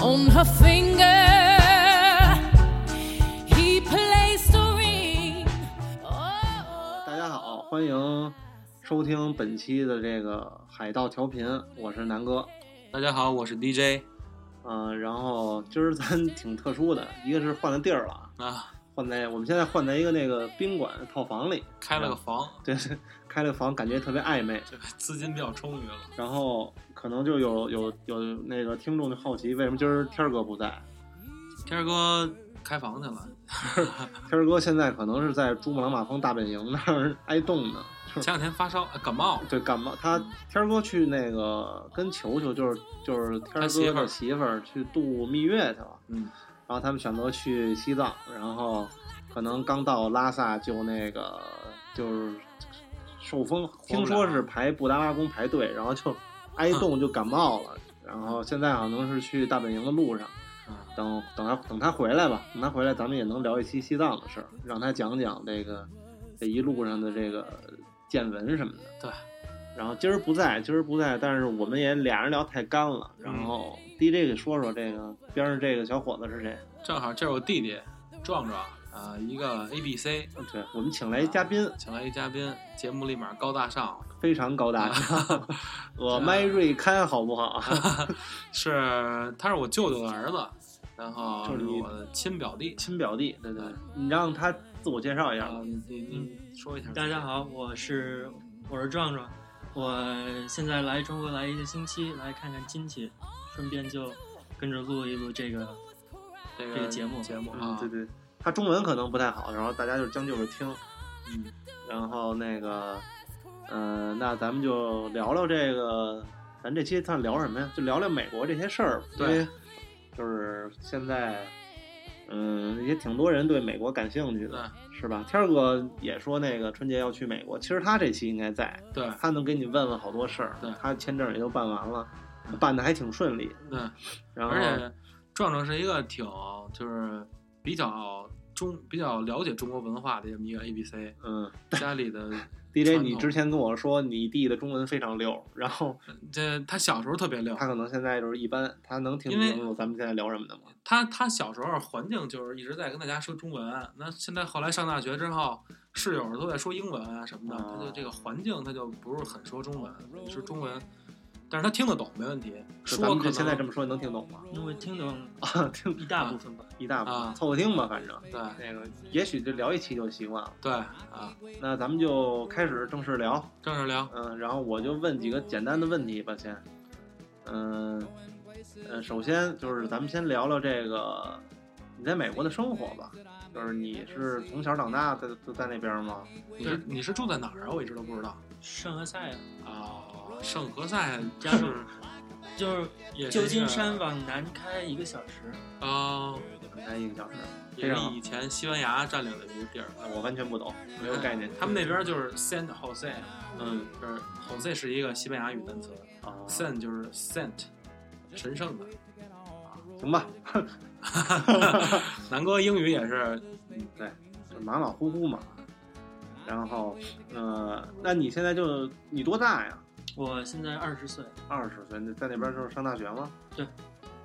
on her finger. He placed a ring. Oh, 大家好，欢迎收听本期的这个海盗调频，我是南哥。大家好，我是 DJ 嗯、然后今儿咱挺特殊的， 一个是换了地儿了，啊，换在我们现在换在一个那个宾馆套房里， 开了个房，对，开了个房，感觉特别暧昧。这个资金比较充裕了。然后可能就有有有那个听众就好奇，为什么今儿天儿哥不在？天儿哥开房去了，天儿哥现在可能是在珠穆朗玛峰大本营那儿挨冻呢，就是前两天发烧、呃感冒，对感冒。他天儿哥去那个跟球球，就是就是天儿他媳哥妇的儿媳妇儿去度蜜月去了。嗯，然后他们选择去西藏，然后可能刚到拉萨就那个就是受风，听说是排布达拉宫排队，然后就挨冻就感冒了，然后现在好像是去大本营的路上。啊等等他等他回来吧，等他回来咱们也能聊一期西藏的事儿，让他讲讲这个这一路上的这个见闻什么的。对。然后今儿不在，今儿不在，但是我们也俩人聊太干了。然后 DJ 给说说这个边上这个小伙子是谁？正好这是我弟弟壮壮啊、一个 ABC，嗯对我们请来一嘉宾，请来一嘉宾，节目立马高大上，非常高大上， 我麦瑞堪好不好？ 是他是我舅舅的儿子，然后就是是你我的亲表弟。亲表弟，对对，你让他自我介绍一下吧啊，。你你你说一下，大家好，我是我是壮壮，我现在来中国来一个星期，来看看亲戚，顺便就跟着录一录这个。这这个个节目节目嗯，啊对，对，他中文可能不太好，然后大家就将就着听。嗯，然后那个，嗯、那咱们就聊聊这个，咱这期算聊什么呀？就聊聊美国这些事儿吧。对因为就是现在，嗯，也挺多人对美国感兴趣的，是吧？天儿哥也说那个春节要去美国，其实他这期应该在，对他能给你问问好多事儿对，他签证也都办完了，嗯办的还挺顺利。对，然后而，且壮壮是一个挺就是比较中比较了解中国文化的这么一个 ABC，嗯家里的，DJ，传统你之前跟我说你弟的中文非常溜，然后这他小时候特别溜，他可能现在就是一般，他能听因为明白咱们现在聊什么的吗？他他小时候环境就是一直在跟大家说中文，那现在后来上大学之后，室友都在说英文啊什么的，哦他就这个环境他就不是很说中文，说中文，但是他听得懂没问题，就说咱们可这现在这能么说，你能听懂吗？因为听懂啊，听一大部分吧，一大部分，啊凑合听吧，反正对那个也许就聊一期就习惯了。对啊，那咱们就开始正式聊，正着聊，嗯，然后我就问几个简单的问题吧，先，嗯，呃，首先就是咱们先聊聊这个你在美国的生活吧，就是你是从小长大在就在那边吗？你是你是住在哪儿啊？我一直都不知道圣何塞啊，啊，圣何塞加 州是就是也是一旧个金山往南开一个小时，啊，才一个小时，也非是常以前西班牙占领的一个地儿，我完全不懂，没有概念。哎他们那边就是 San Jose，嗯就是 Jose 是一个西班牙语单词啊， ，San 就是 Saint，神圣 的。行吧，南哥英语也是，就马马虎虎嘛。然后，呃，那你现在就你多大呀？我现在二十岁，二十岁，你在那边就是上大学吗？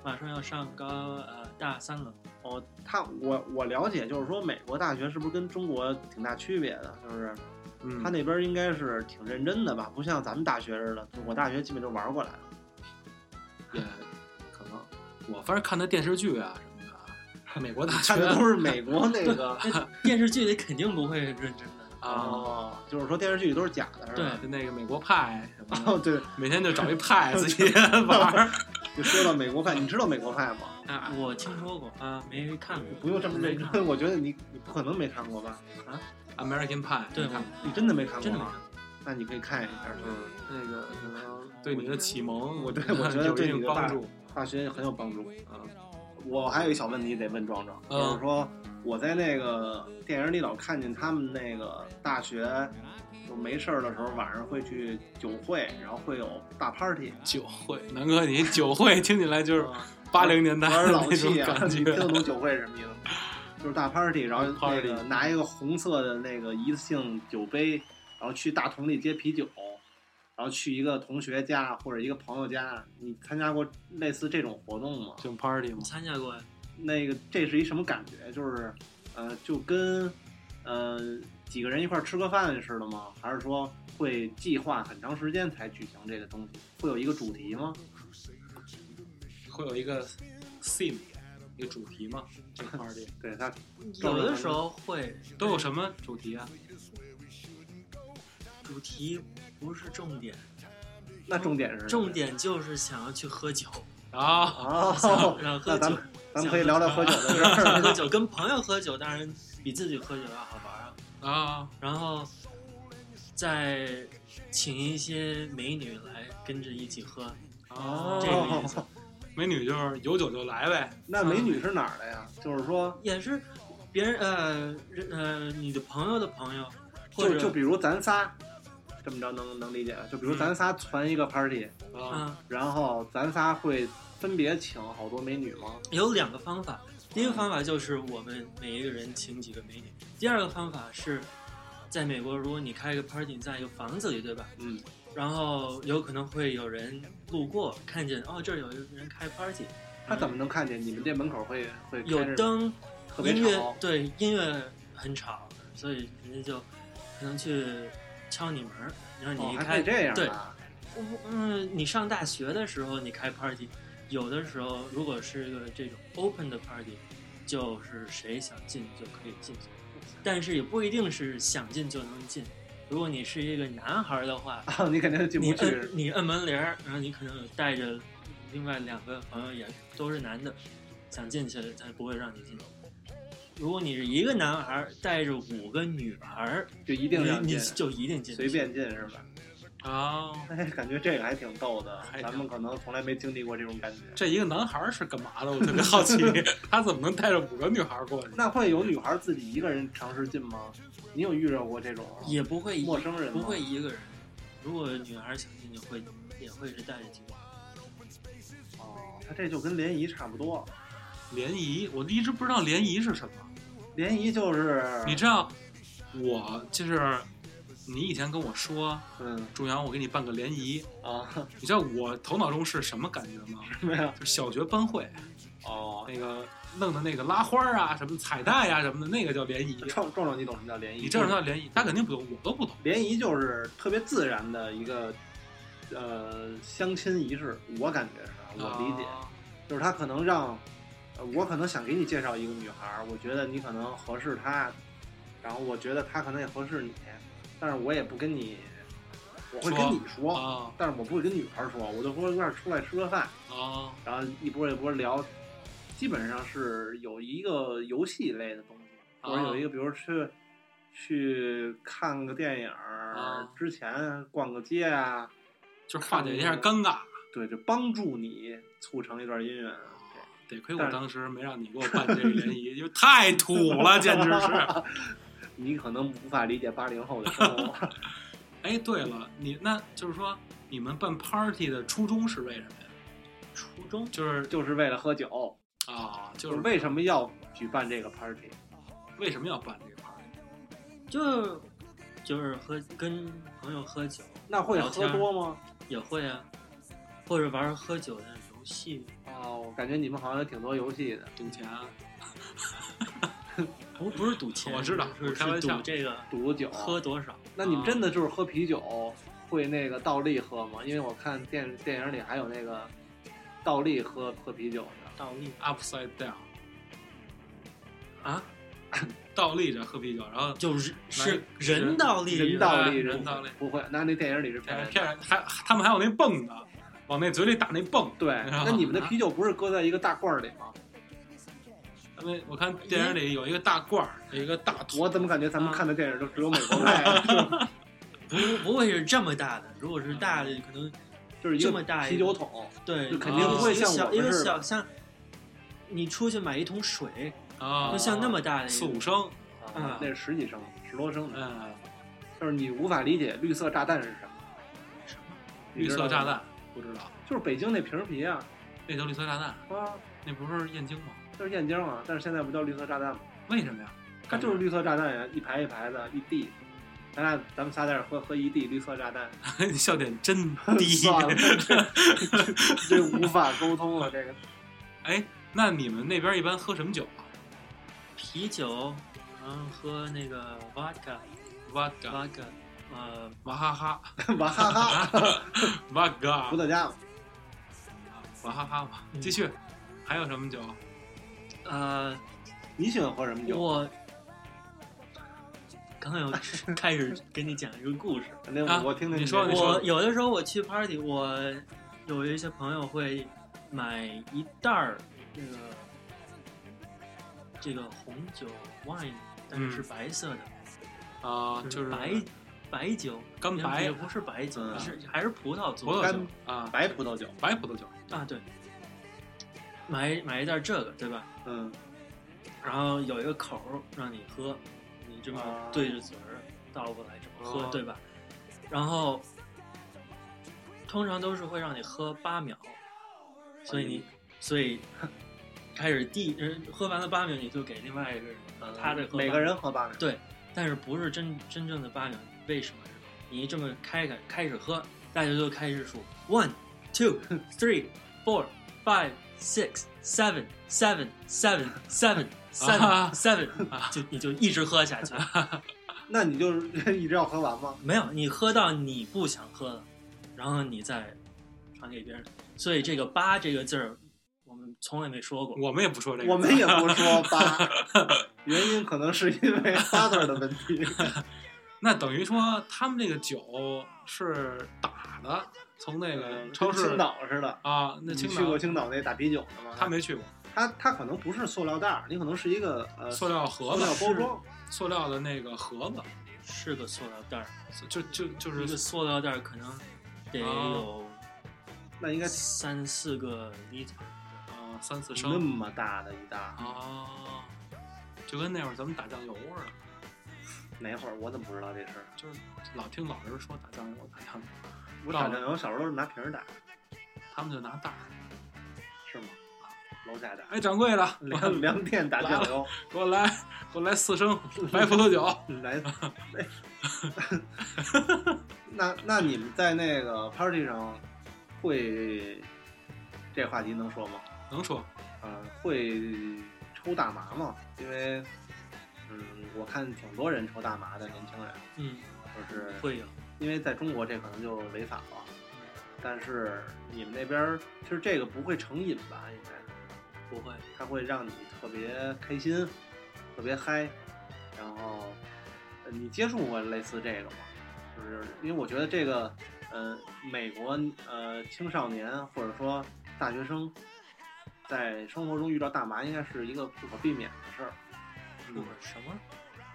马上要上高呃大三了。哦，他我我了解，就是说美国大学是不是跟中国挺大区别的？就是嗯，他那边应该是挺认真的吧，不像咱们大学似的。就我大学基本就玩过来了。 也可能，我反正看的电视剧啊什么的，美国大学看的都是美国那 个那电视剧里肯定不会认真的，啊，哦，就是说电视剧都是假的，是吧？对就那个美国派什么 哦，的，对，每天就找一派自己玩儿 就说到美国派，你知道美国派吗？啊我听说过，啊没看过。不用这么认没看 真，我觉得你你不可能没看过吧？ ，American Pie，对，你看我你真的没看过？真的没看那你可以看一下，就是那个可能对你的启蒙，我对我觉得有一对你定的帮大助大学很有帮助。嗯啊，我还有一小问题得问壮壮，嗯就是说我在那个电影里老看见他们那个大学就没事儿的时候，晚上会去酒会，然后会有大 party，酒会，南哥你酒会听起来就是啊八零年代玩的儿老那种气啊！感你听得 觉，懂酒会是什么意思吗？ 就是大 party，然后那 party 个拿一个红色的那个一次性酒杯，然后去大桶里接啤酒，然然后去一个同学家或者一个朋友家，你参加过类似这种活动吗？这种 party 吗你？参加过呀？那个这是一什么感觉？就是，呃，就跟，呃，几个人一块儿吃个饭似的吗？还是说会计划很长时间才举行这个东西？会有一个主题吗？会有一个 theme，一个主题吗？这个 party 对他，有的时候会 都有什么主题啊？主题不是重点，那重点是重点就是想要去喝酒，啊，哦， 然后喝那咱酒们，咱们可以聊聊喝酒 的事然后喝儿。酒跟朋友喝酒当然比自己喝酒要好玩啊。啊，然后再请一些美女来跟着一起喝，哦 这个意思美女就是有酒就来呗， 那美女是哪儿的呀？就是说，也是别人呃人呃你的朋友的朋友，或就者就比如咱仨，这么着能能理解啊吧？就比如嗯咱仨传一个 party，、啊，啊然后咱仨会分别请好多美女吗？有两个方法，第一个方法就是我们每一个人请几个美女，第二个方法是。在美国，如果你开一个 party，你在一个房子里，对吧？嗯，然后有可能会有人路过，看见哦，这儿有一个人开 party，他怎么能看见你们这门口会会开有着灯，特别音吵乐？对音乐很吵，所以人家就可能去敲你门儿，然后哦你一还可开，以这样对， 啊？嗯嗯，你上大学的时候你开 party，有的时候如果是一个这种 open 的 party，就是谁想进就可以进，但是也不一定是想进就能进。如果你是一个男孩儿的话，啊，你肯定进你不摁去。你摁门铃儿，然后你可能有带着另外两个朋友也都是男的，想进去他不会让你进。如果你是一个男孩儿带着五个女孩儿，就一你定让你进，就一定进去随。便进是吧？ 啊，哎，感觉这个还挺逗的还，挺咱们可能从来没经历过这种感觉。这一个男孩儿是干嘛的？我特别好 奇，他怎么能带着五个女孩儿过去？那会有女孩自己一个人尝试进吗？你有遇到过这种也不会一陌生人吗不会一个人。如果女孩儿想进，就会也会是带着几个。哦，他这就跟联谊差不多。联谊，我一直不知道联谊是什么。联谊就是你知道，我就是你以前跟我说，嗯仲阳，我给你办个联谊，啊，你知道我头脑中是什么感觉吗？ 没有就是小学班会哦，那个弄的那个拉花儿啊，什么彩带呀、什么的，那个叫联谊。壮壮壮，你懂什么叫联谊？你这种叫联谊，他肯定不懂，我都不懂。联谊就是特别自然的一个呃相亲仪式，我感觉是啊，我理解，啊就是他可能让、呃我可能想给你介绍一个女孩儿，我觉得你可能合适她，然后我觉得她可能也合适你，但是我也不跟你，我会跟你说，啊但是我不会跟女孩儿说，我就说一块儿出来吃个饭，啊！然后一波一波聊，基本上是有一个游戏类的东西，或者有一个，比如去去看个电影儿、啊之前逛个街啊，就是化解一下尴尬。对，就帮助你促成一段姻缘。啊得亏我当时没让你给我办这个联谊，因为太土了，简直是。对你可能无法理解八零后的生活，哎，对了，你那就是说，你们办 party 的初衷是为什么呀？初中就是就是为了喝酒。啊，就就是是为什么要举办这个 party？为什么要办这个 party？就就是喝跟朋友喝酒那会聊天喝儿多吗？也会啊，或者玩儿喝酒的游戏。啊，我感觉你们好像有挺多游戏的，赌钱啊不不是赌钱，我知道是我开玩是笑赌这个赌酒、喝多少。那你们真的就是喝啤酒会那个倒立喝吗？因为我看电电影里还有那个倒立喝喝啤酒的。倒立，upside down，啊， 倒立着喝啤酒，然后就是是人人倒立，人倒立，人倒立不会。那那电影里是骗骗人的。骗还他们还有那泵呢，往那嘴里打那泵。对，啊那你们的啤酒不是搁在一个大罐儿里吗？他们我看电影里有一个大罐儿，有一个大桶我怎么感觉咱们看的电影都只有美国卖啊，就不不会是这么大的。如果是大的，可能就是一这个么大一个啤酒桶，对就肯定不会一个像小我们一个似的小像你出去买一桶水，啊就，像那么大的一个四五升，啊啊，那是十几升、十多升的，嗯，就是你无法理解绿色炸弹是什么。什么你绿知道色吗炸弹不知道，就是北京那瓶儿啤啊，那叫绿色炸弹，啊，那不是燕京吗？就是燕京啊，但是现在不叫绿色炸弹吗？为什么呀？它就是绿色炸弹呀，一排一排的，一地。咱俩咱们仨在这儿喝喝一地绿色炸弹，你 笑点真低。算了， 这这无法沟通了，这个哎，那你们那边一般喝什么酒啊啤酒，然后喝那个 vodka 啊？Vodka， vodka，呃，娃哈哈 娃哈 哈，伏，Vodka，特加嘛，娃哈哈吧。嗯继续，还有什么酒？呃，你喜欢喝什么酒？我刚有开始给你讲一个故事。那啊我我听听你说这你个说我有的时候我去 party，我有一些朋友会买一袋儿这个这个红酒 wine，但是是白色的，啊，就嗯就是是白白酒，干白也不是白酒，嗯是还是葡萄做葡萄的酒干啊，白葡萄酒，白葡萄酒。啊，对，买买一袋儿这个，对吧？嗯，然后有一个口儿让你喝，你这么啊对着嘴儿倒过来这么喝，哦对吧？然后通常都是会让你喝八秒，所以你所以开始第呃喝完了八秒，你就给另外一个人嗯，他这喝每八个秒，人喝八两，对但是不是真真正的八秒？为什么呢？你这么开开开始喝，大家就开始数 one two three four five six seven seven seven seven 啊 seven seven，就你就一直喝下去。 那你就是 一直要喝完吗？没有，你喝到你不想喝了，然后你再传给别人。所以这个“八”这个字儿，我们从来没说过。我们也不说这个，啊我们也不说八， 原因可能是因为 father 的问题。那等于说他们这个酒是打的，从那个超嗯跟市呃青岛似的，啊，那你青去岛过青岛那打啤酒的吗？他没去过，它它可能不是塑料袋儿，你可能是一个呃塑料盒料子，包装，塑料的那个盒子，是个塑料袋儿，就就就一个是哦塑料袋儿可能得有那应该三四个 liter。 啊三四那升么大的一大。啊，就跟那会儿咱们打酱油似的，哪会儿我怎么不知道这事儿？就是老听老人说打酱油打酱油，我打酱油小时候是拿瓶儿打，他们就拿袋儿。是吗？楼下打，哎，掌柜的，我两两店打酱油，给我来给我来四升 白葡萄酒。来，哎那那你们在那个 party 上会这话题能说吗？能说啊，会抽大麻吗？因为嗯，我看挺多人抽大麻的年轻人，嗯，就是会有。因为在中国这可能就违法了，但是你们那边儿其实这个不会成瘾吧？应该不会，它会让你特别开心，特别嗨，然后呃你接触过类似这个吗？就是因为我觉得这个，呃，美国呃青少年或者说大学生，在生活中遇到大麻应该是一个不可避免的事儿，嗯不会什么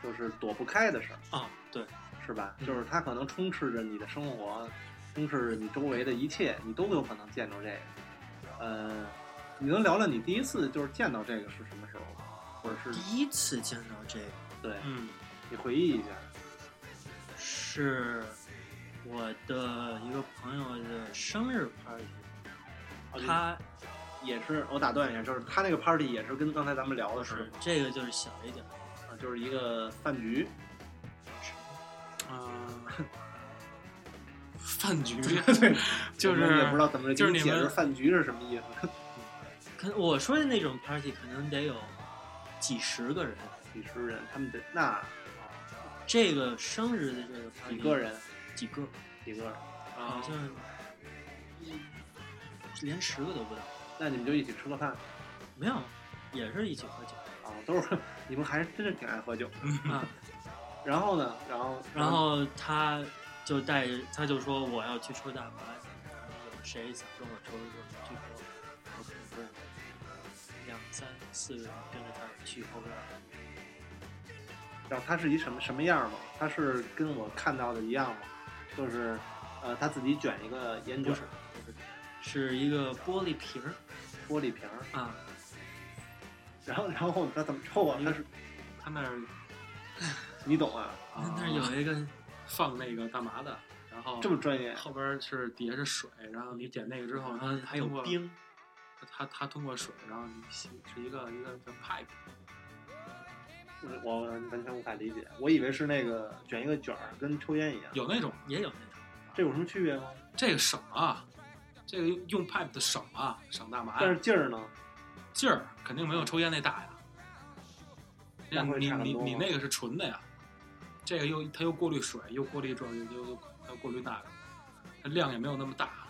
就是躲不开的事儿。啊？对，是吧？嗯就是它可能充斥着你的生活，充斥着你周围的一切，你都有可能见着这个。呃，你能聊聊你第一次就是见到这个是什么时候吗？或者是第一次见到这个对嗯，你回忆一下，是我的一个朋友的生日 party，他啊也是我打断一下，就是他那个 party 也是跟刚才咱们聊的是是，这个就是小一点儿。啊就是一个饭局，嗯，饭 局 就我们是也不知道怎么就是给你解们释饭局是什么意思， 可能我说的那种 party 可能得有几十个人，几十人，他们得那这个生日的这个 party 几个人，几个，几个人，啊好，像一连十个都不到，那你们就一起吃个饭没有，也是一起喝酒啊，都是 你们还真是挺爱喝酒。啊。然后呢，然后然后他就带着，他就说我要去抽大麻，有谁想跟我抽就去抽，我可能是两三四个人跟着他去后边儿。然后他是一什么什么样儿吗？他是跟我看到的一样吗？就是，呃，他自己卷一个烟卷不，是，不是，是一个玻璃瓶儿玻璃瓶儿，啊，然后然后他怎么抽啊？他是他那儿你懂啊？哦那那儿有一个呃放那个大麻的，然后这么专业，后边是底下是水，然后你点那个之后，然后嗯 还有通过，冰，它它通过水，然后你吸是一个一个叫 pipe，我完全无法理解。我以为是那个卷一个卷儿，跟抽烟一样。有那种也有那种。这有什么区别吗？这个省啊，这个用 pipe 的省啊，省大麻但呀，是劲儿呢？劲儿肯定没有抽烟那大呀。那会你差很你多你吗那个是纯的呀，这个又它又过滤水，又过滤这，又又又又过滤那个，它量也没有那么大。啊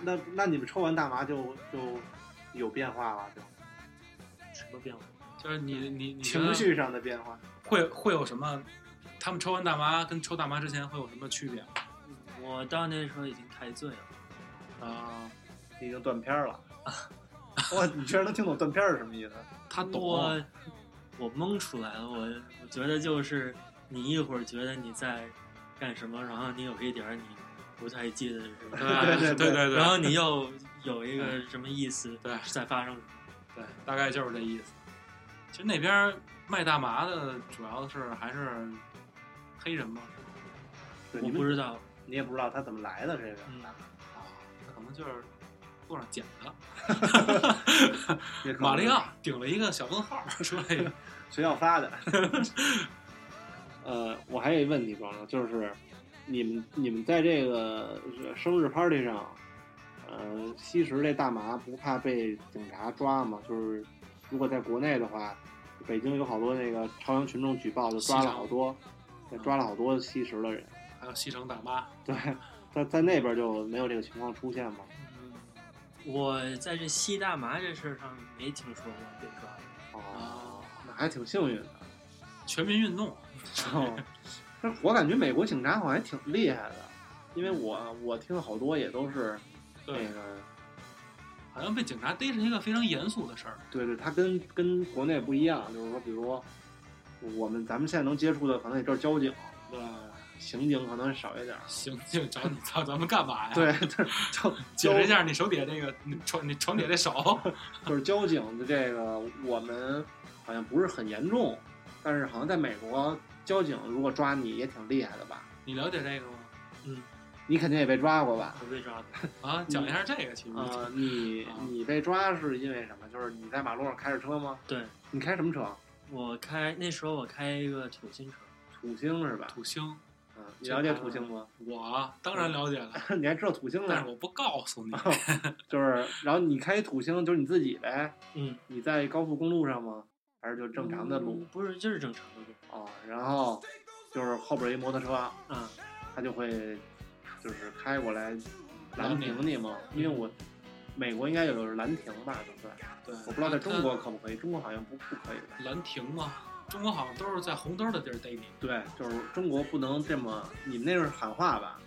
那那你们抽完大麻就就有变化了，就什么变化？就是你你你觉得情绪上的变化。会会有什么？他们抽完大麻跟抽大麻之前会有什么区别啊、我到那时候已经太醉了，啊已经断片儿了。哇，你居然能听懂断片儿是什么意思？他懂，我我蒙出来了。我我觉得就是你一会儿觉得你在干什么，然后你有一点儿你不太记得是什 么，对对对嗯对对，然后你又有一个什么意思对是在发生什么。对，大概就是这意思。其实那边儿卖大麻的主要是还是黑人嘛，对我你不们知道，你也不知道他怎么来的这个，嗯，啊，那可能就是路上捡的。 也可能马里奥顶了一个小问号儿说 这个学校发的。呃，我还有一问题，庄庄，就是你们你们在这个生日 party 上，呃，吸食这大麻不怕被警察抓吗？就是如果在国内的话，北京有好多那个朝阳群众举报，就抓了好多，吸食抓了好多吸食的人。还有西城大妈，对，在在那边就没有这个情况出现吗？嗯我在这吸大麻这事儿上没听说过被抓。啊哦，那还挺幸运的。全民运动，哦， 但是我感觉美国警察好像还挺厉害的，因为我我听好多也都是那对，个，哎好像被警察逮是一个非常严肃的事儿。对对，他跟跟国内不一样，就是说，比如说我们咱们现在能接触的可能也就是交警，对，刑警可能少一点儿。刑警找你操，咱们干嘛呀？对，就是就解释一下你手底下这个，你床你床底下 这手，就是交警的这个，我们好像不是很严重，但是好像在美国，交警如果抓你也挺厉害的吧？你了解这个吗？你肯定也被抓过吧？我被抓过，啊，讲一下这个，其实啊、你啊你被抓是因为什么？就是你在马路上开着车吗？对你开什么车？我开那时候我开一个土星车，土星是吧？土星，嗯，你了解土星吗？ 我当然了解了，你还知道土星但呢是？我不 告诉你。就是，然后你开土星就是你自己呗？嗯，你在高速公路上吗？还是就正常的路嗯不是就是正常的路，啊、然后就是后边一摩托车，啊，它就会就是开过来拦停你嘛。因为我美国应该有拦停吧，总算对，我不知道在中国可不可以，中国好像不不可以吧？兰亭嘛，中国好像都是在红灯的地儿逮你，对，就是中国不能这么，你们那是喊话吧？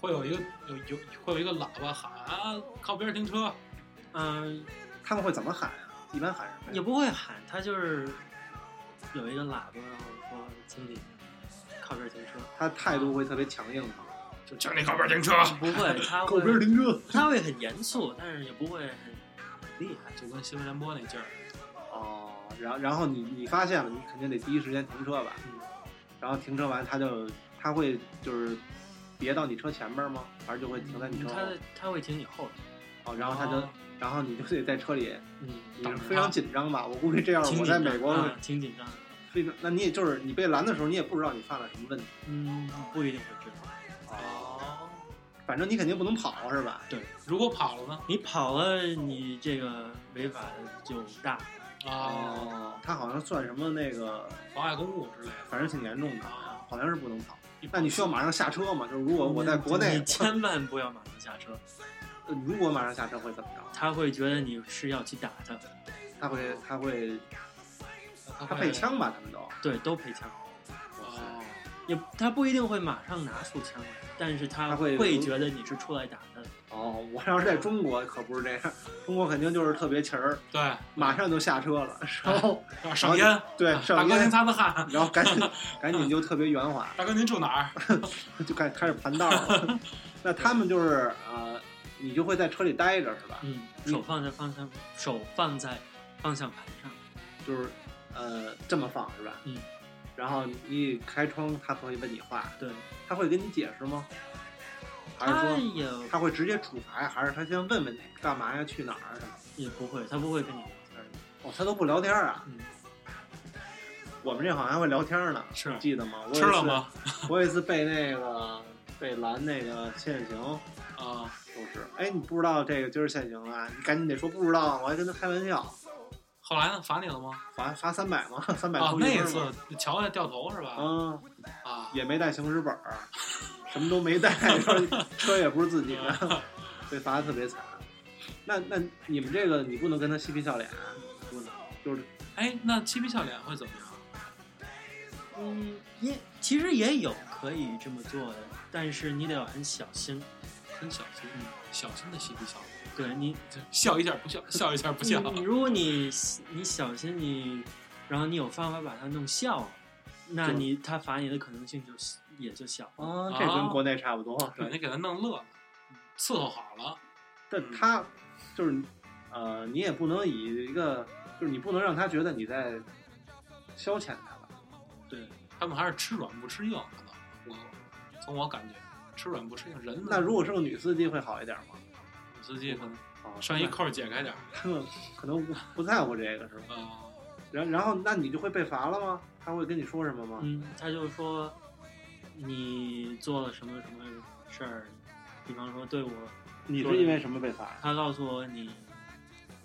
会有一个有有会有一个喇叭喊啊，靠边停车，嗯、他们会怎么喊啊？一般喊什么也呀？不会喊，他就是有一个喇叭，然后说经理靠边停车，他态度会特别强硬吗？就叫你靠边停车，不 会，他靠边会停车。 他会很严肃，但是也不会很厉害，就跟新闻联播那劲儿。哦，然后然后你你发现了，你肯定得第一时间停车吧？嗯，然后停车完，他就他会就是别到你车前边吗？还是就会停嗯在你车后？嗯他他会停你后头，哦，然后他就、哦然后你就得在车里，嗯，你等是着非他常紧张吧？我估计这样挺我紧在张，美国啊挺紧张，非常，那你也就是你被拦的时候，你也不知道你犯了什么问题。嗯，不一定会知道。哦，反正你肯定不能跑是吧？如果跑了呢？你跑了，你这个违法的就大。啊，哦，他好像算什么那个，妨碍公务之类的反正挺严重的，啊。好像是不能跑。一跑哦那你需要马上下车吗？就是如果我在国内你，千万不要马上下车，呃如果马上下车会怎么着？他会觉得你是要去打他，他会他会他他配会枪吧？他们都。对，都赔枪。哦，也他不一定会马上拿出枪来，但是他他会会觉得你是出来打他的。哦，我要是在中国可不是这样，中国肯定就是特别勤儿，对，马上就下车了，然后要上烟，哦对啊大上哥您烟，擦擦汗，然后赶紧赶紧就特别圆滑，大哥您住哪儿？就开开始盘道了。那他们就是呃，你就会在车里待着是吧？嗯，你手放在方向，手放在方向盘上。就是呃这么放是吧？嗯。然后你开窗，他会问你话，对，他会跟你解释吗？还是他说也他会直接处罚呀？还是他先问问你干嘛呀？去哪儿啊？什么？也不会，他不会跟你聊天的。嗯哦，他都不聊天啊？嗯，我们这好像还会聊天呢，是记得吗？我有一次吃了？吗？ 我有一次被那个被拦那个限行，啊，就是，哎，你不知道这个今儿限行啊，你赶紧得说不知道，我还跟他开玩笑，后来呢？罚你了吗？罚罚三百嘛，三百啊扣，那一一分嘛次乔乔掉头是吧？啊，啊，也没带行驶本儿，什么都没带，车也不是自己的，被罚的特别惨。那那你们这个你不能跟他嬉皮笑脸，不能，就是哎，那嬉皮笑脸会怎么样？嗯，也其实也有可以这么做的，但是你得要很小心。很小心，嗯小心的嬉皮笑脸，对你，就笑一下不笑，笑一下不你笑。嗯你如果你你小心你，然后你有方法把它弄笑了，那对你他罚你的可能性就也就小了。啊，这哦跟国内差不多。对你给他弄乐了，伺候好了，但他就是呃，你也不能以一个就是你不能让他觉得你在消遣他吧。对，他们还是吃软不吃硬，可能我从我感觉吃软不吃硬，人呢那如果是个女司机会好一点吗？女司机可能啊，上衣扣儿解开点儿，他们可能不不在乎这个是吧？啊，然然后那你就会被罚了吗？他会跟你说什么吗？嗯，他就说你做了什么什么事儿，比方说对我，你是因为什么被罚呀？他告诉我你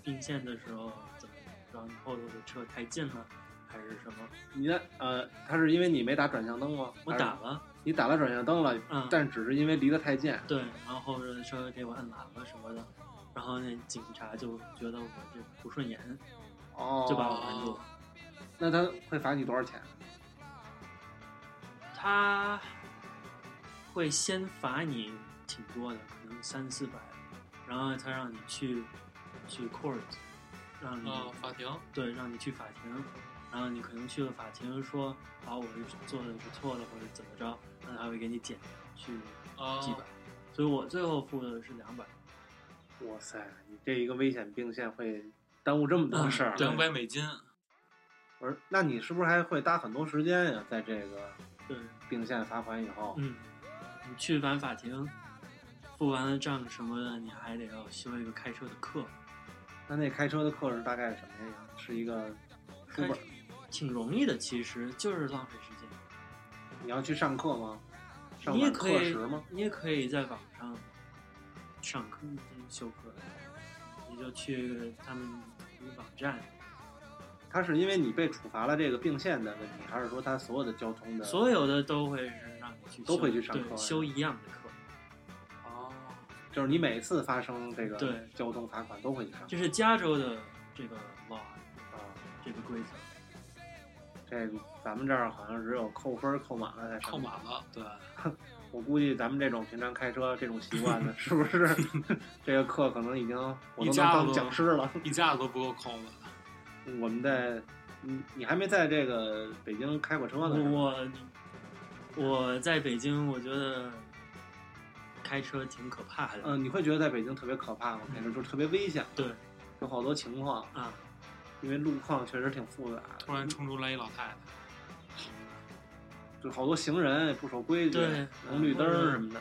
并线的时候怎么，然后你后头的车太近了，还是什么？你的呃，他是因为你没打转向灯吗？我还是打了，你打了转向灯了，嗯，但只是因为离得太近。对，然后后头的车给我摁喇叭什么的，然后那警察就觉得我这不顺眼，哦，就把我呃拦住了。那他会罚你多少钱？啊他会先罚你挺多的，可能三四百，然后他让你去去 court，让你、啊，法庭对，让你去法庭，然后你可能去了法庭说啊我是做的是错的或者怎么着，那他会给你减去啊，几百，所以我最后付的是两百，哇塞，你这一个危险并线会耽误这么多事儿。啊嗯对两百美金，我说，那你是不是还会搭很多时间呀？在这个对，并线罚款以后，嗯，你去完法庭。付完了账什么的，你还得要修一个开车的课，那那开车的课是大概什么呀？是一个书本开，挺容易的，其实就是浪费时间。你要去上课吗？上你也晚可课以时吗？？你也可以在网上上课修课，你就去他们网站，他是因为你被处罚了这个并线的问题，还是说他所有的交通的？所有的都会是让你去都修会去上对课呀修一样的课，哦，就是你每次发生这个对交通罚款都会去上这是加州的这个 law 啊。这个规则，这个咱们这儿好像只有扣分儿扣满了才上扣。满了，对，我估计咱们这种平常开车这种习惯的，是不是 这个课可能已经我都一能家子当讲师了？一家子都不够扣的，我们在你你还没在这个北京开过车呢是吧，我我在北京，我觉得开车挺可怕的，嗯，你会觉得在北京特别可怕吗？开车就是特别危险，对有好多情况，啊，因为路况确实挺复杂突然冲出来一老太太，就好多行人也不守规矩对，嗯红绿灯儿什么的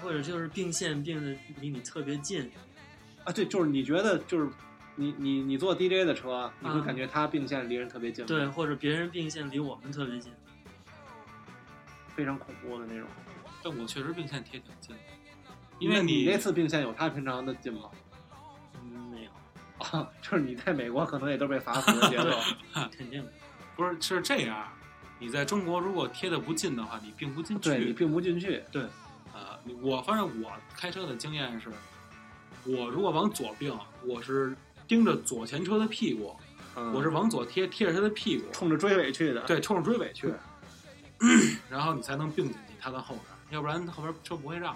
或者就是并线并的离你特别近，啊。对，就是你觉得就是你你你坐 DJ 的车，你会嗯感觉它并线离人特别近吗，对，或者别人并线离我们特别近。非常恐怖的那种。但我确实并线贴挺近的，因因为为你那次并线有他平常的劲吗？ 嗯，没有，啊，就是你在美国可能也都被罚死的节 奏。肯定的。不是是这样，你在中国如果贴的不近的话，你并不进去，对你并不进去，啊、你我反正我开车的经验是，我如果往左并，我是盯着左前车的屁股，嗯我是往左贴，贴着他的屁股，冲着追尾去的。，对，冲着追尾去， 然后你才能并进去他的后边儿，要不然后边儿车不会让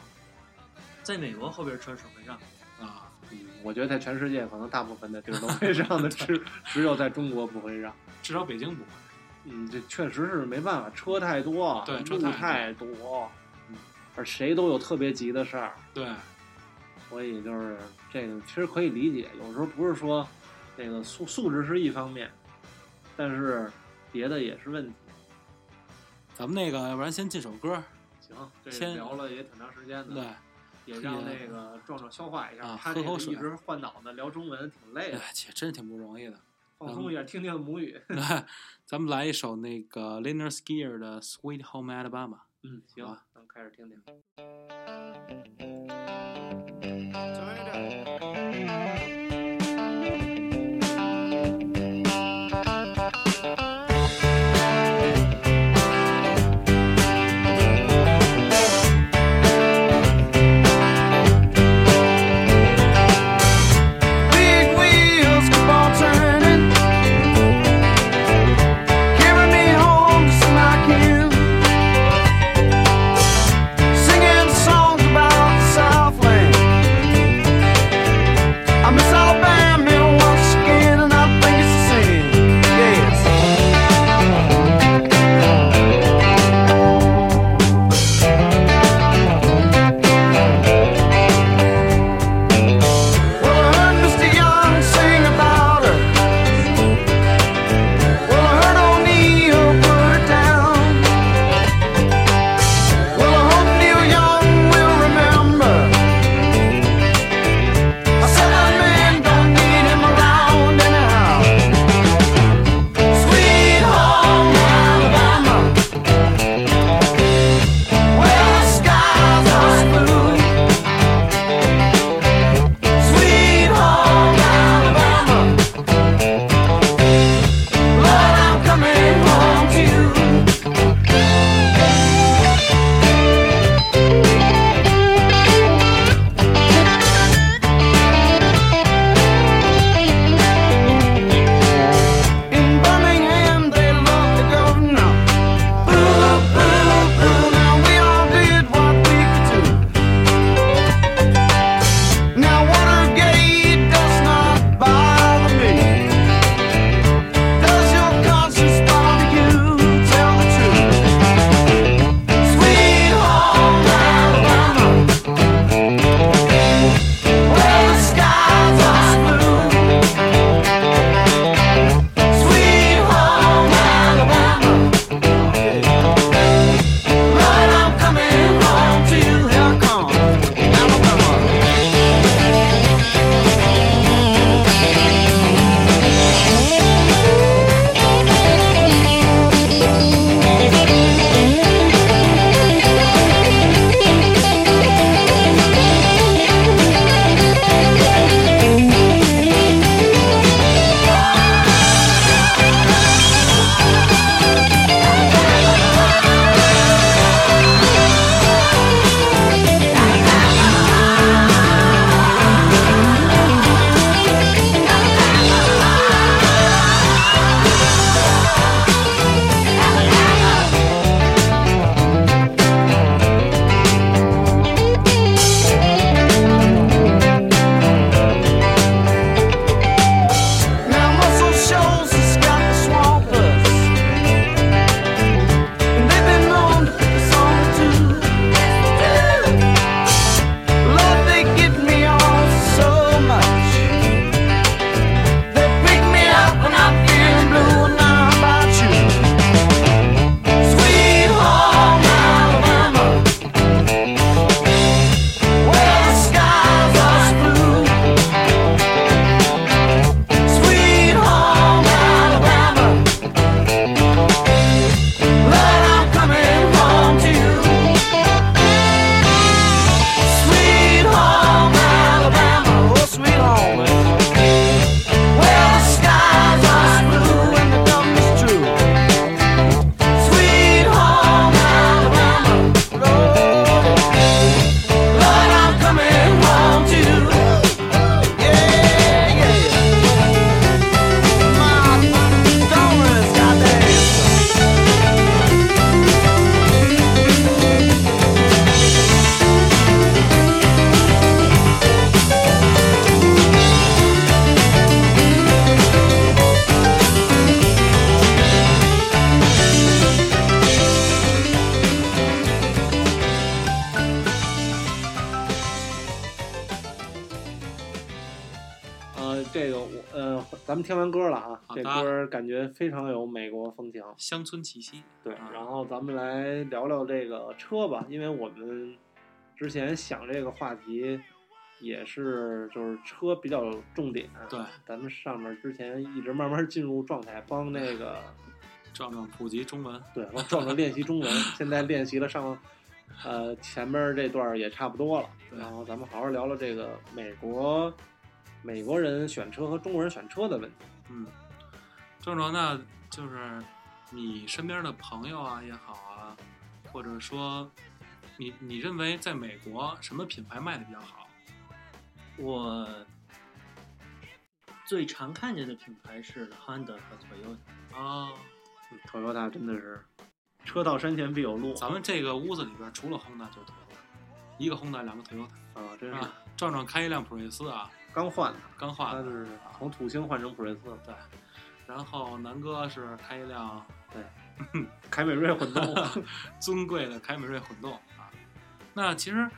在美国后边车是会让的，啊。嗯我觉得在全世界可能大部分的地儿都会让的，只只有在中国不会让。至少北京不会。嗯，这确实是没办法，车太多，对车路太太堵，嗯，而谁都有特别急的事儿，对，所以就是这个其实可以理解。有时候不是说这个素素质是一方面，但是别的也是问题。咱们那个，要不然先进首歌儿，行，这先聊了也挺长时间的，对，也让那个壮壮消化一下。啊他喝这口个水一直换脑子聊中文，挺累的哎。，且真是挺不容易的。放松一下，听听母语。咱们来一首那个 Leonard Skinner 的《Sweet Home Alabama》。嗯， 行好吧，咱们开始听听。 Turn it up. Big wheels keep on turning, carrying me home to some I can. Singing songs about the Southland. I miss Alabama once again, and I think it's a sin. Yes. Well, I heard Mr. Young sing about her. Well, I heard O'Neill put her down. Well, I hope Neil Young will remember. I said a man don't need him around anyhow. Sweet home Alabama. Where the skies are blue. Sweet home Alabama. Lord, I'm coming home to you. In Birmingham, they loved the governor. Boo, boo, boo. Now we all did what we could do. Now Watergate does not bother me. Does your conscience bother you? Tell the truth. Sweet home Alabama, where the skies are blue. Sweet home Alabama, Lord, I'm coming home to you. Here I come, Alabama. Now Muscle Shoals has got the swamp us. And they've been known to pick us on too. Lord, they get me on so much. They pick me up when I'm feeling blue and now how about you. Sweet home Alabama. Where the skies are blue. Sweet home Alabama, Lord, I'm coming home to you. Sweet home Alabama, oh sweet home, where the skies are blue and the dumb is true. Sweet home Alabama, Lord, I'm coming home to you. Yeah, yeah. Donuts, goddamn. 呃，这个我呃，咱们听完歌了啊，好这的啊歌儿感觉非常有美国风情。乡村气息，对，啊然后咱们来聊聊这个车吧，因为我们之前想这个话题，也是就是车比较重点。对，咱们上面之前一直慢慢进入状态，帮那个壮壮普及中文，对，帮壮壮练习中文。现在练习了上，呃，前面这段也差不多了。对然后咱们好好聊聊这个美国美国人选车和中国人选车的问题。嗯，壮壮，那就是你身边的朋友啊也好啊，或者说你你认为在美国什么品牌卖的比较好？我最常看见的品牌是 Honda 和 Toyota。啊，嗯 Toyota 真的是车到山前必有路咱们这个屋子里边除了 Honda 就是 Toyota，一个 Honda 两个 Toyota 啊，啊真是啊。壮壮开一辆普锐斯啊，刚换的，刚换他的，是从土星换成普锐斯，对。然后南哥是开一辆凯美瑞混 动。啊尊贵的凯美瑞混动啊。那其实，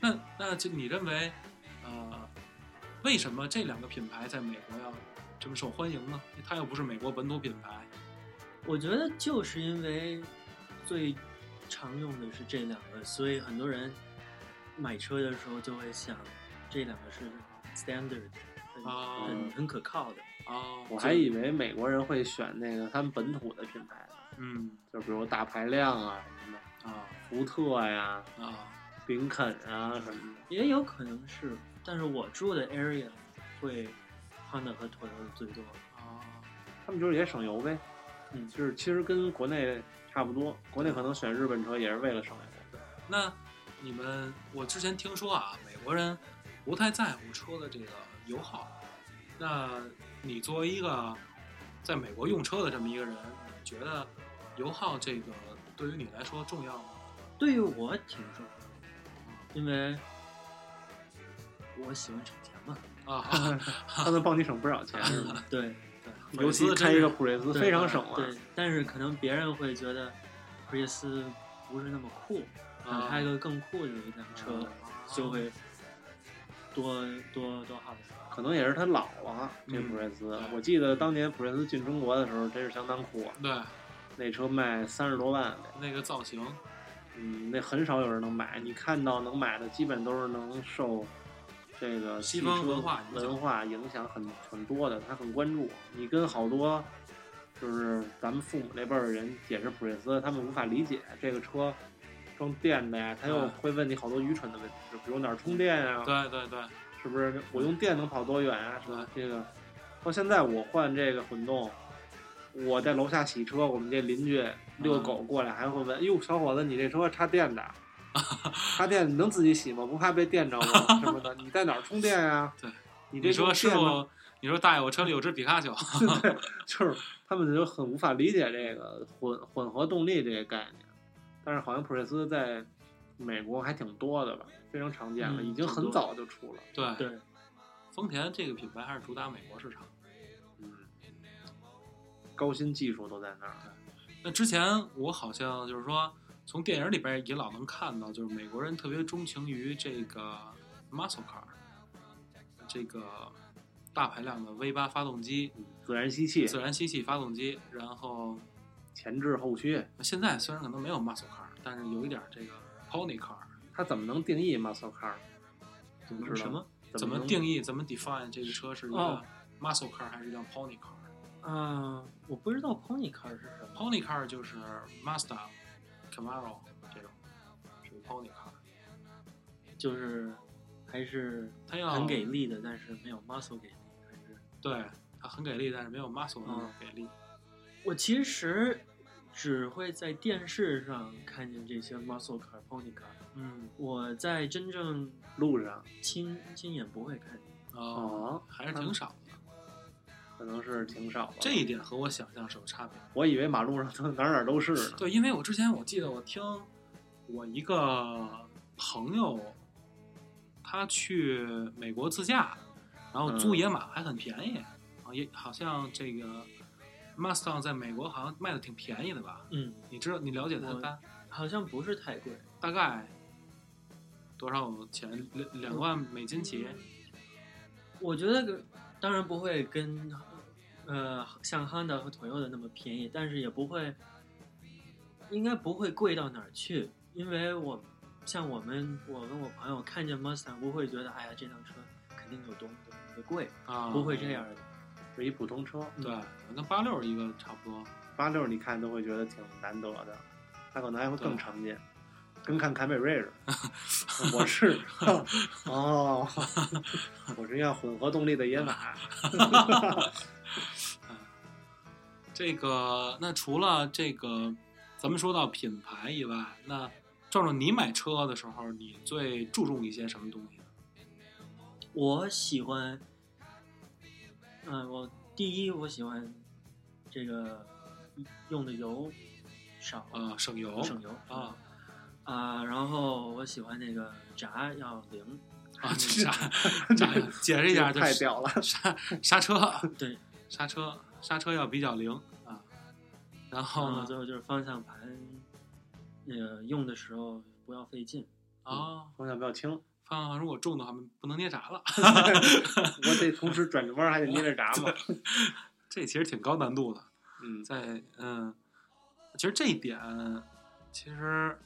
那那就你认为，呃，为什么这两个品牌在美国要这么受欢迎呢？它又不是美国本土品牌，我觉得就是因为最常用的是这两个，所以很多人买车的时候就会想，这两个是 standard，很、哦很很可靠的。哦，我还以为美国人会选那个他们本土的品牌呢，嗯就比如大排量啊什么的，啊福特呀、啊林肯啊什么的。也有可能是，但是我住的 area 会 Honda 和 Toyota 最多。啊，他们就是也省油呗，嗯就是其实跟国内差不多，国内可能选日本车也是为了省嗯油。那你们，我之前听说啊，美国人不太在乎车的这个油耗。那你作为一个在美国用车的这么一个人，你觉得油耗这个对于你来说重要吗？对于我挺重要的，啊因为我喜欢省钱嘛。 啊，他能帮你省不少 钱，是吧？对，尤其开一个普锐斯嗯对非常省啊了、对，但是可能别人会觉得普锐斯不是那么酷，啊想开个更酷的一辆车，就会多多多耗点。可能也是他老了。这嗯普锐斯，啊对我记得当年普锐斯进中国的时候，真是相当酷啊，对那车卖三十多万，那个造型，嗯，那很少有人能买。你看到能买的，基本都是能受这个西汽方车文化影响文化影响很很多的，他很关注。你跟好多就是咱们父母那辈儿的人解释普锐斯，他们无法理解这个车装电的呀，他又嗯会问你好多愚蠢的问题，就比如哪儿充电呀、对对对，是不是我用电能跑多远啊？什么这个，到现在我换这个混动，我在楼下洗车，我们这邻居遛嗯狗过来还会问：“哟，小伙子，你这车插电 的？插电你能自己洗吗？不怕被电着吗？什么的？你在哪儿充电啊？” 对，你你这说师电呢傅，你说大爷，我车里有只皮卡丘， 就是他们就很无法理解这个混混合动力这个概念，但是好像普锐斯在美国还挺多的吧，非常常见了，嗯已经挺很多早就出了。 对，对，丰田这个品牌还是主打美国市场。嗯，高新技术都在那儿。那之前我好像就是说，从电影里边也老能看到，就是美国人特别钟情于这个 muscle car，这个大排量的 V 八发动机，嗯自然吸气，自然吸气发动机。然后前置后驱，现在虽然可能没有 muscle car，但是有一点这个 pony car，它怎么能定义 muscle car？怎知道什么？怎么么能定？义？怎么 define 这个车是一个哦 muscle car 还是一辆 pony car？pony 啊，我不知道 Pony Car 是什么。 car 就是 Mazda、Camaro 这种，属于 pony car。就是还是它要很给力的，但是没有 muscle 给力。还是对，它很给力，但是没有 muscle 那种给力。我其实只会在电视上看见这些 muscle car、pony car，嗯，我在真正路上亲亲眼不会看见。哦，哦，还是挺少的。可能是挺少吧。这一点和我想象是有差别的。我以为马路上都哪儿哪儿都是呢。对，因为我之前我记得我听我一个朋友，他去美国自驾，然后租嗯野马还很便宜，啊，也好像这个 Mustang 在美国好像卖的挺便宜的吧？嗯，你知道你了解它我大好像不是太贵，大概多少钱？两两万美金起？我觉得个当然不会跟呃像 Honda 和 Toyota 那么便宜，但是也不会，应该不会贵到哪儿去，因为我像我们，我跟我朋友看见 Mustang 不会觉得，哎呀，这辆车肯定有多么多么的贵，啊，嗯不会这样嗯的。是一普通车。对，跟八六一个差不多。八六你看都会觉得挺难得的，它可能还会对更常见，跟看凯美瑞似 的。我是哦，我是一辆混合动力的野马。这个，那除了这个，咱们说到品牌以外，那壮壮，你买车的时候，你最注重一些什么东西？我喜欢，嗯、我第一我喜欢这个用的油少，啊，省油，省油啊啊、然后我喜欢那个闸要零，啊，这啥？ 这哎解释一下，就太是屌了！刹刹车，对，刹车刹车要比较灵啊。然然后后呢？最后就是方向盘，那个用的时候不要费劲，啊，方向比较 轻，方向盘如果重的话，不能捏闸了。我得同时转着弯儿还得捏着闸嘛。 这其实挺高难度的。嗯，在嗯，其实这一点，其实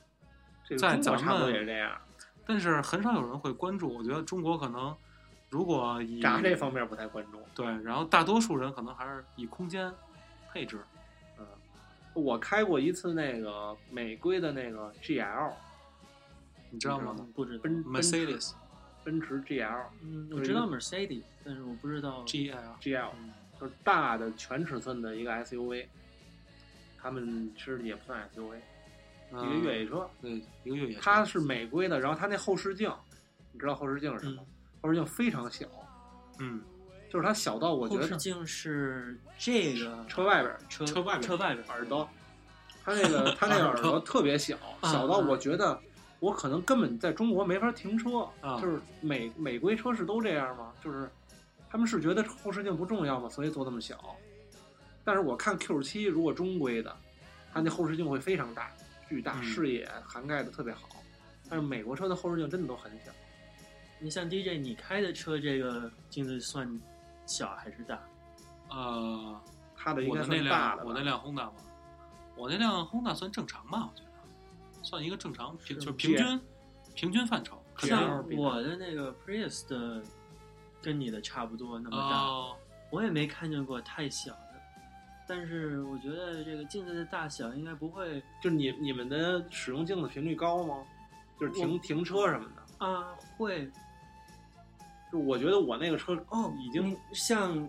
这个在中国咱差不多们也是这样，但是很少有人会关注。我觉得中国可能如果以闸这方面不太关注。对，然后大多数人可能还是以空间配置我开过一次那个美规的那个 GL，你知道吗嗯不知道，奔奔驰，Mercedes 奔驰 GL 嗯，我知道 Mercedes，但是我不知道 GL GL 嗯就是大的全尺寸的一个 SUV，他们其实也不算 SUV，一个嗯越野车。对一个越野车，它是美规的，然后它那后视镜，你知道后视镜是什么？后视镜非常小，嗯就是它小到我觉后视得镜是这个车外边儿车车外边车外边耳朵，它那个它 那个耳朵特别小，啊小到我觉得我可能根本在中国没法停车。啊就是美美规车是都这样吗？就是他们是觉得后视镜不重要吗？所以做那么小。但是我看 Q 7如果中规的，它那后视镜会非常大，巨大，嗯视野涵盖的特别好。但是美国车的后视镜真的都很小。你像 DJ，你开的车这个镜子算小还是大？呃，它的应我该的那算大辆的吧，我那辆 Honda 吧，我那辆 Honda 算正常吧，我觉得算一个正常平就是平均平均范畴，肯定样像比它我的那个 Prius 的，跟你的差不多那么大，哦我也没看见过太小的。但是我觉得这个镜子的大小应该不会就你你们的使用镜子频率高吗？就是停停车什么的。啊，会就我觉得我那个车哦，已经你像，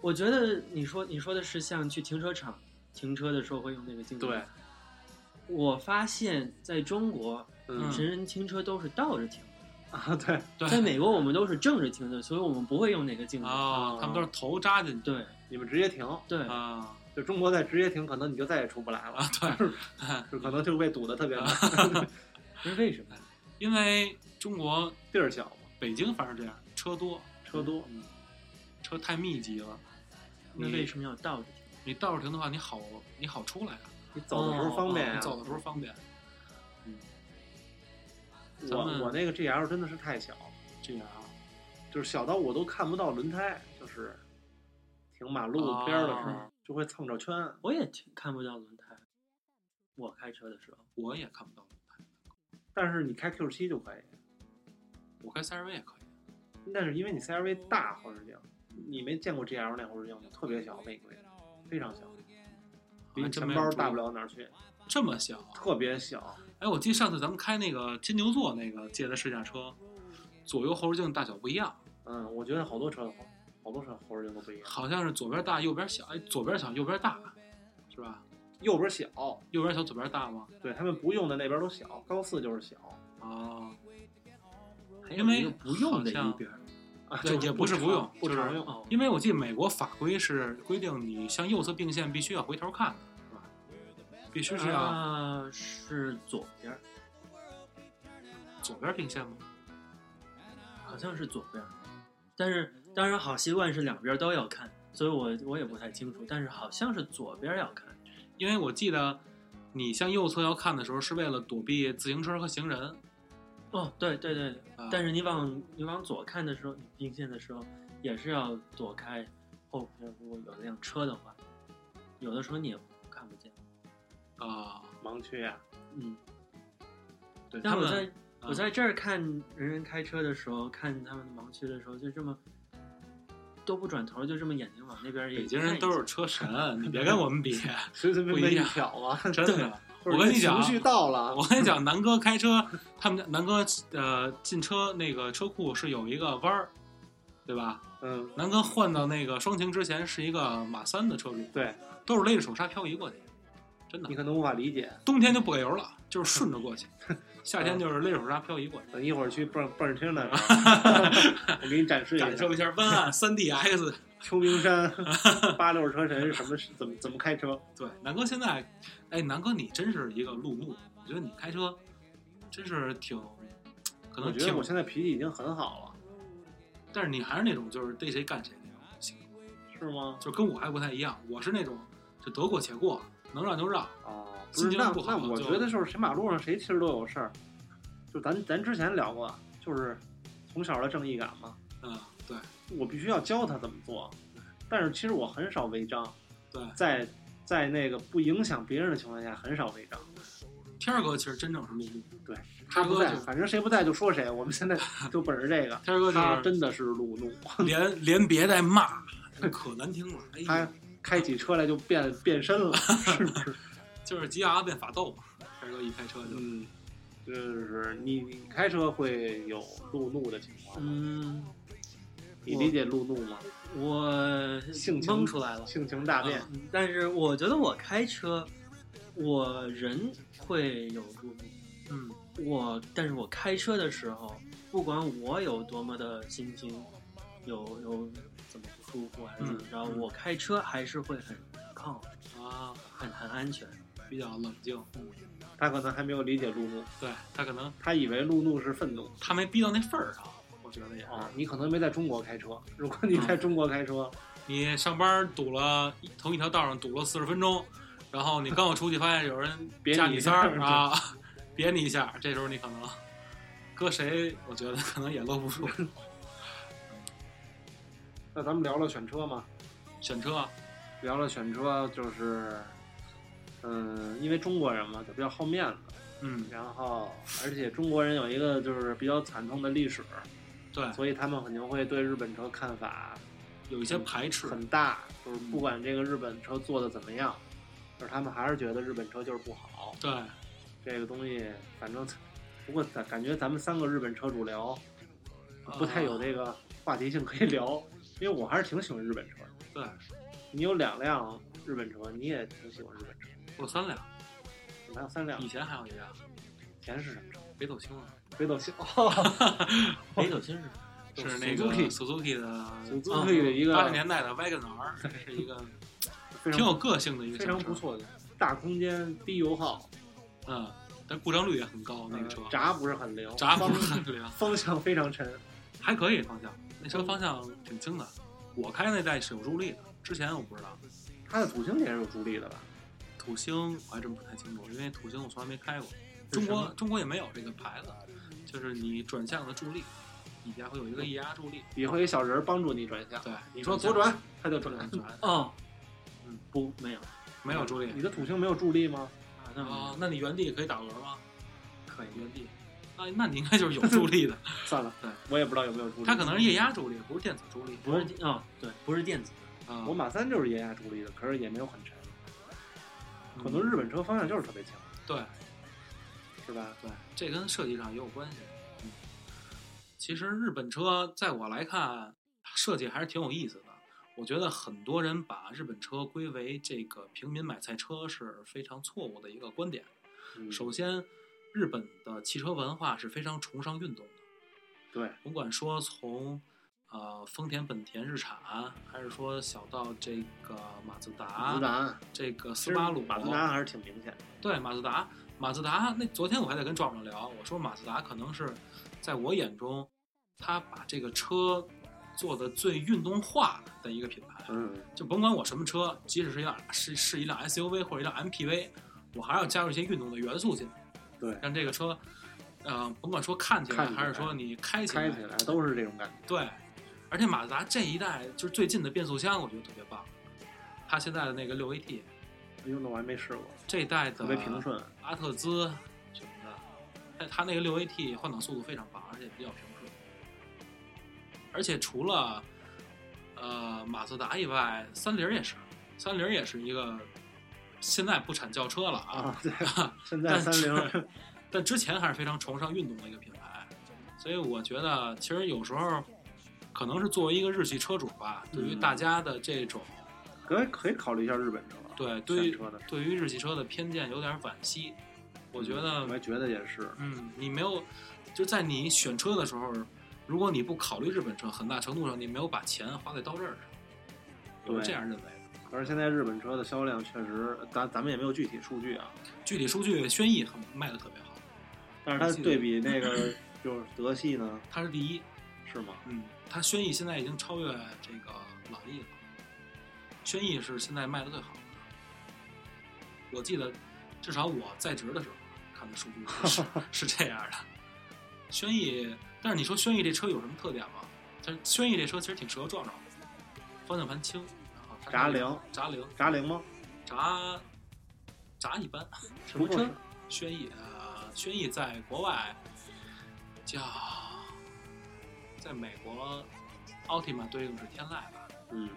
我觉得你说你说的是像去停车场停车的时候会用那个镜子，对，我发现在中国，嗯人人停车都是倒着停的，啊对，对在美国我们都是正着停的，所以我们不会用那个镜子。啊，他们都是头扎进去对你们直接停，对，啊就中国再直接停，可能你就再也出不来了。对，就可能就被堵得特啊别满，这是为什么？因为中国地儿小嘛，北京反正这样，车多，车多，嗯，车太密集了。那你为什么要倒着停？你倒着停的话，你好你好出来啊，嗯你走的时候方便哦你啊。走的时候方便。咱们我我那个 GL 真的是太小，这样啊，就是小到我都看不到轮胎，就是停马路边儿的时候、哦就会蹭着圈。我也挺看不到轮胎，我开车的时候，我也看不到轮胎，但是你开 Q 7就可以，我开 CRV 也可以那是因为你 CRV 大后视镜，你没见过 GL 那后视镜吗？特别小，玫瑰，非常小，比，你哦还真钱没包有注意大不了哪儿去，这么小。啊特别小。哎，我记得上次咱们开那个金牛座那个借的试驾车，左右后视镜大小不一样，嗯，我觉得好多车好，好多车后视镜都不一样，好像是左边大右边小，哎，左边小右边大，是吧？右边小，右边小左边大吗？对他们不用的那边都小，高四就是小哦，还有因为一个不用好的像一边儿。啊，对就也不是不用常不就是常用。哦，因为我记得美国法规是规定你向右侧并线必须要回头看的，是吧？必须是要啊，是左边儿，左边并线吗？好像是左边儿，但是当然好习惯是两边儿都要看，所以我我也不太清楚，但是好像是左边儿要看。因为我记得你向右侧要看的时候是为了躲避自行车和行人，哦，对对对，啊但是你往你往左看的时候，你并线的时候也是要躲开后边，如果有一辆车的话，有的时候你也看不见。啊、 盲区啊，嗯，对但他我们在啊我在这儿看人人开车的时候，看他们的盲区的时候，就这么都不转头，就这么眼睛往那边一看。北京人都是车神，你别跟我 们比，随随便不一便一样挑啊， 真 的。或者我跟你讲啊情绪到了，我跟你讲，南哥开车，他们家南哥呃进车那个车库是有一个弯儿，对吧？嗯，南哥换到那个双擎之前是一个马三的车主，对，都是勒着手刹漂移过去，真的你。可能无法理解。冬天就不给油了，就是顺着 过去；夏天就是勒着手刹漂移过去。等一会儿去蹦蹦着听那 个，我给你展示一感下受一下温岸三 DX。秋名 山八六车神什么是怎么怎么开车。对，南哥现在，哎，南哥你真是一个路怒，我觉得你开车真是挺，可我能觉得挺我，现在脾气已经很好了，但是你还是那种就是逮谁干谁那种性格，是吗？就跟我还不太一样，我是那种就得过且过，能让就让。哦，不心是，情那不好那我就觉得就是谁马路上谁其实都有事儿，就咱咱之前聊过，就是从小的正义感嘛，嗯，对，我必须要教他怎么做，但是其实我很少违章，对在在那个不影响别人的情况下很少违章，天儿哥其实真正是路怒，对，天他儿不哥在，就，反正谁不在就说谁，我们现在就本着这个 天儿哥他就是真的是路怒，连连别带骂，可难听了。哎他呀，开起车来就变变身 了，是不是？就是急牙变法斗嘛，天儿哥一开车就。嗯，就是你你开车会有路怒的情况吗，嗯，你理解路怒吗？我性情蒙出来了。性情大变，嗯但是我觉得我开车，我人会有路怒。嗯，我，但是我开车的时候，不管我有多么的心情，有有怎么不舒服还是怎么着，嗯我开车还是会很抗，啊，很很安全。哦比较冷静，他可能还没有理解路怒，对他可能他以为路怒是愤怒。他没逼到那份儿上，我觉得也是。啊，你可能没在中国开车。如果你在中国开车，你上班堵了一同一条道上堵了四十分钟，然后你刚要出去，发现有人 别加你你一三下儿啊， 别你一下，这时候你可能搁谁，我觉得可能也搂不住。那咱们聊聊选车嘛，选 车聊聊选车就是，嗯，因为中国人嘛，就比较好面子，嗯，然后而且中国人有一个就是比较惨痛的历史，对，所以他们肯定会对日本车看法有一些排斥，很大，就是不管这个日本车做的怎么样，就是他们还是觉得日本车就是不好。对，这个东西，反正不过咱感觉咱们三个日本车主聊，呃不太有这个话题性可以聊，因为我还是挺喜欢日本车的。对，你有两辆日本车，你也挺喜欢日本车，我三辆，你还有三辆以，前还有一辆前是什么车？北斗星啊，北斗星，哦北斗星是是那个 Suzuki Suzuki 的嗯自己的一个八十年代的 Wagon R，是一个 非挺有常个性的一个非小常车不，错的，大空间、低油耗，嗯，但故障率也很高，那个车呃闸不是很灵，闸不是方很灵。方向非常沉。啊还可以方向，那车方向挺轻的。我开那代是有助力的，之前我不知道。它的土星也是有助力的吧？土星我还真不太清楚，因为土星我从来没开过。中国中国也没有这个牌子，就是你转向的助力，底下会有一个液压助力。以后有一小人儿帮助你转向，对，嗯你说左转，它就不能转。 转，哦，嗯，不，没有没有助力你的土星没有助力吗？啊，嗯那没有哦啊？那你原地可以打轮吗？可以。原地，那那你应该就是有助力的。 算了对，我也不知道有没有助力。它可能是液压助力，不是电子助力。不是啊、对，不是电子，啊，我马三就是液压助力的，可是也没有很沉。嗯可能日本车方向就是特别轻，对是吧？对，这跟设计上也有关系。嗯，其实日本车在我来看，设计还是挺有意思的。我觉得很多人把日本车归为这个平民买菜车是非常错误的一个观点。嗯首先，日本的汽车文化是非常崇尚运动的，对，甭管说从呃丰田、本田、日产，还是说小到这个马自达、啊马自达、这个其斯实巴鲁、马自达还是挺明显的。对，马自达，马自达，那昨天我还在跟壮壮聊，我说马自达可能是在我眼中，他把这个车做的最运动化的一个品牌，嗯，就甭管我什么车，即使是一辆是是一辆 SUV 或者一辆 MPV，我还要加入一些运动的元素进来，对，让这个车，呃，甭管说看起来看起来还是说你开起来，开起来都是这种感觉。对，而且马自达这一代就是最近的变速箱，我觉得特别棒，它现在的那个六 AT 哎呦，那我还没试过，这一代的特别平顺。阿特兹什么的，但它那个六 AT 换挡速度非常棒，而且比较平顺。而且除了呃马自达以外，三菱也是，三菱也是一个现在不产轿车了啊， 啊，对，现在三菱，但之前还是非常崇尚运动的一个品牌，所以我觉得其实有时候可能是作为一个日系车主吧，对于嗯大家的这种 可以可以考虑一下日本车了。对对选于车的时对于日系车的偏见有点惋惜，候，我觉得嗯我也觉得也是，嗯，你没有就在你选车的时候，如果你不考虑日本车，很大程度上你没有把钱花在刀刃上，我对是这样认为的。而现在日本车的销量确实，咱咱们也没有具体数据啊，具体数据，轩逸很卖的特别好，但是它对比那 个就是德系呢，它是第一，是吗？嗯，它轩逸现在已经超越这个朗逸了，轩逸是现在卖的最好的。我记得，至少我在职的时候看的数据是是这样的。轩逸，但是你说轩逸这车有什么特点吗？它轩逸这车其实挺适合壮壮的，方向盘轻，然后它闸梁，闸梁，扎铃吗？闸闸一般。什么车轩逸，呃，轩逸在国外叫，在美国，奥特曼对应是天籁吧？嗯，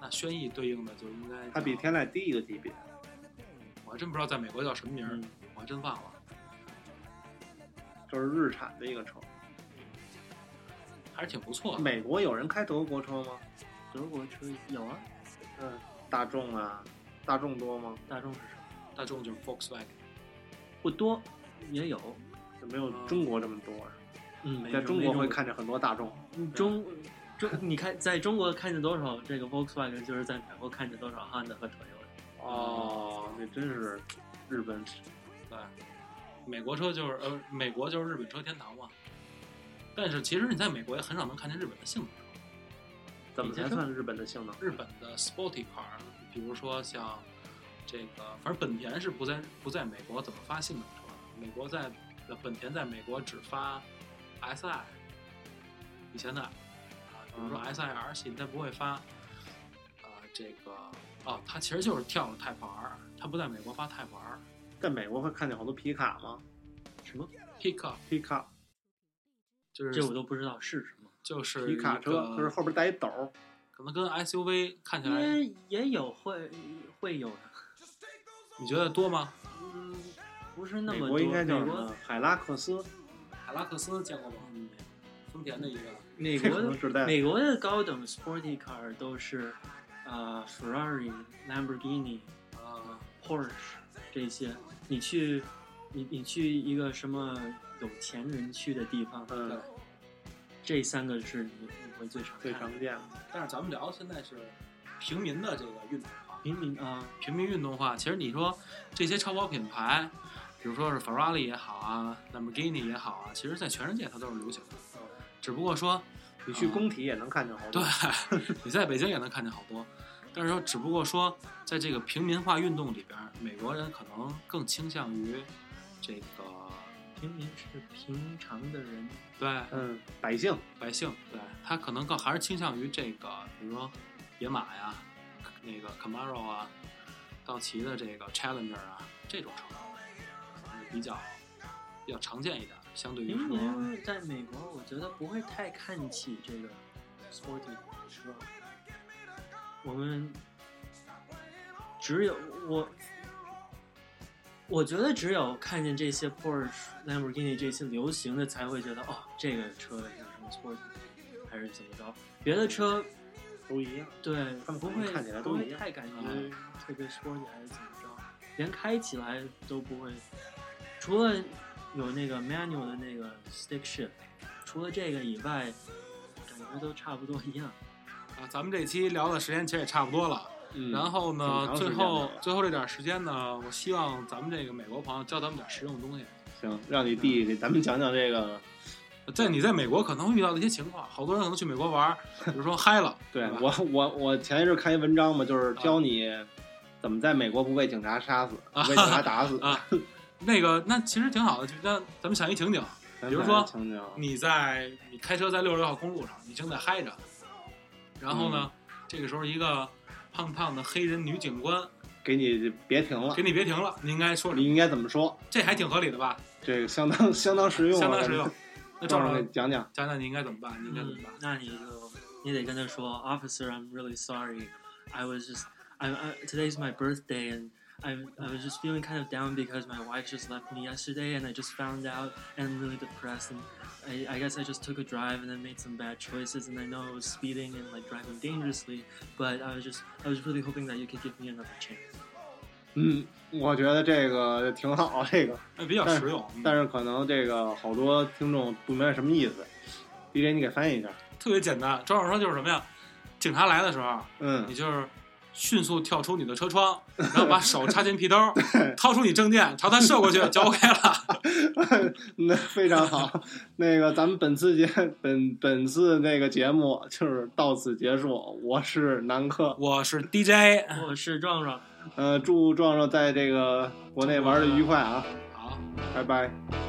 那轩逸对应的就应该它比叫天籁低一个级别。我还真不知道在美国叫什么名儿嗯，我还真忘了。就是日产的一个车。还是挺不错的。美国有人开德国车吗？德国车有啊，嗯，大众啊，大众多吗？大众是什么？大众就是 Volkswagen，不多，也有。就没有嗯中国这么多。啊嗯，在中国会看。看见很多大众，中中，你看在中国看见多少这个 Volkswagen，就是在美国看见多少 Honda 和 Toyota。哦，那真是日本对，美国车就是呃，美国就是日本车天堂嘛。但是其实你在美国也很少能看见日本的性能车。怎么才算日本的性能？日本的 sporty car，比如说像这个，反正本田是不在不在美国怎么发性能车的，美国在呃本田在美国只发 SI，以前的啊，比嗯如说 SIR 系，它不会发呃这个哦，它其实就是跳了 Type R，它不在美国发 Type 在美国会看见好多皮卡吗？ R，pickup 皮卡就是这我都不知道是什么。就是皮卡一车个就是嗯后边带一斗儿，可能跟 SUV 看起来，也也有会会有的，你觉得多吗？嗯，不是那美么国多。应该叫美什国么海拉克斯，海拉克斯见过吗？嗯丰田的一个。美这国可能的是在美国的高等 sporty car 都是呃 Ferrari、Lamborghini、呃 Porsche 这些。你去你你去一个什么有钱人去的地方，嗯，这三个是你你会最常最看的。常见的。但是咱们聊现在是平民的这个运动化，平民啊。平民运动化，其实你说这些超跑品牌，比如说是 Ferrari 也好啊，Lamborghini 也好啊，其实在全世界它都是流行的，只不过说你去工体也能看见好对多。， 你在北京也能看见好多，但是说只不过说在这个平民化运动里边，美国人可能更倾向于这个平民是平常的人，对嗯，百姓百姓，对他可能更还是倾向于这个，比如说野马呀，那个 Camaro 啊，道奇的这个 Challenger 啊这种车，还是比较比较常见一点。相对于嗯说，平民在美国，我觉得不会太看起这个 sporty 车。我们只有我，我觉得只有看见这些 Porsche、Lamborghini 这些流行的，才会觉得哦，这个车是什么 sporty，还是怎么着？别的车都一样。对，他们不可会能看起来不都会一样哎太感觉嗯特别说你还是怎么着，连开起来都不会，除了有那个 manual 的那个 stick shift，除了这个以外，感觉都差不多一样。啊，咱们这期聊的时间其实也差不多了。嗯然后呢，挺长时最间后的了最后这点时间呢，我希望咱们这个美国朋友教咱们点实用的东西。行，让你弟给咱们讲讲这个。嗯在你在美国可能遇到的一些情况，好多人可能去美国玩儿，比如说嗨了，对吧我我我前一阵看一文章嘛，就是教你怎么在美国不被警察杀死，啊不被警察打死。啊那个那其实挺好的，就像咱们想一情景，咱比如们说来听听你在你开车在六十六号公路上，你正在嗨着，然后呢，这个时候一个胖胖的黑人女警官给你别停了给，你别停了，你应该说什啊你么？应该怎么说？这还挺合理的吧？这个相当相当实用啊，相当实用感觉。。啊那赵赵老师老给讲讲，讲讲你应该怎么办？你应该怎么嗯办？，那你就你得跟他说，Officer, "Oh, I'm really sorry. I was just, I, I today's my birthday and. I, I was just feeling kind of down because my wife just left me yesterday and I just found out and I'm really depressed and I, I guess I just took a drive and I made some bad choices and I know I was speeding and like driving dangerously but I was just I was really hoping that you could give me another chance 嗯，我觉得这个挺好，这个，那比较实用，但是是可能这个好多听众不明白什么意思，DJ 你给翻译一下。特别简单。赵老师说就是什么呀？警察来的时候，啊嗯你，就是迅速跳出你的车窗，然后把手插进皮兜，掏出你证件，朝他射过去就 OK 了。 那非常好。那个，咱们本次节本本次那个节目就是到此结束。我是南克，我是 DJ，嗯我是壮壮呃，祝壮壮在这个国内玩的愉快啊，好，拜拜。拜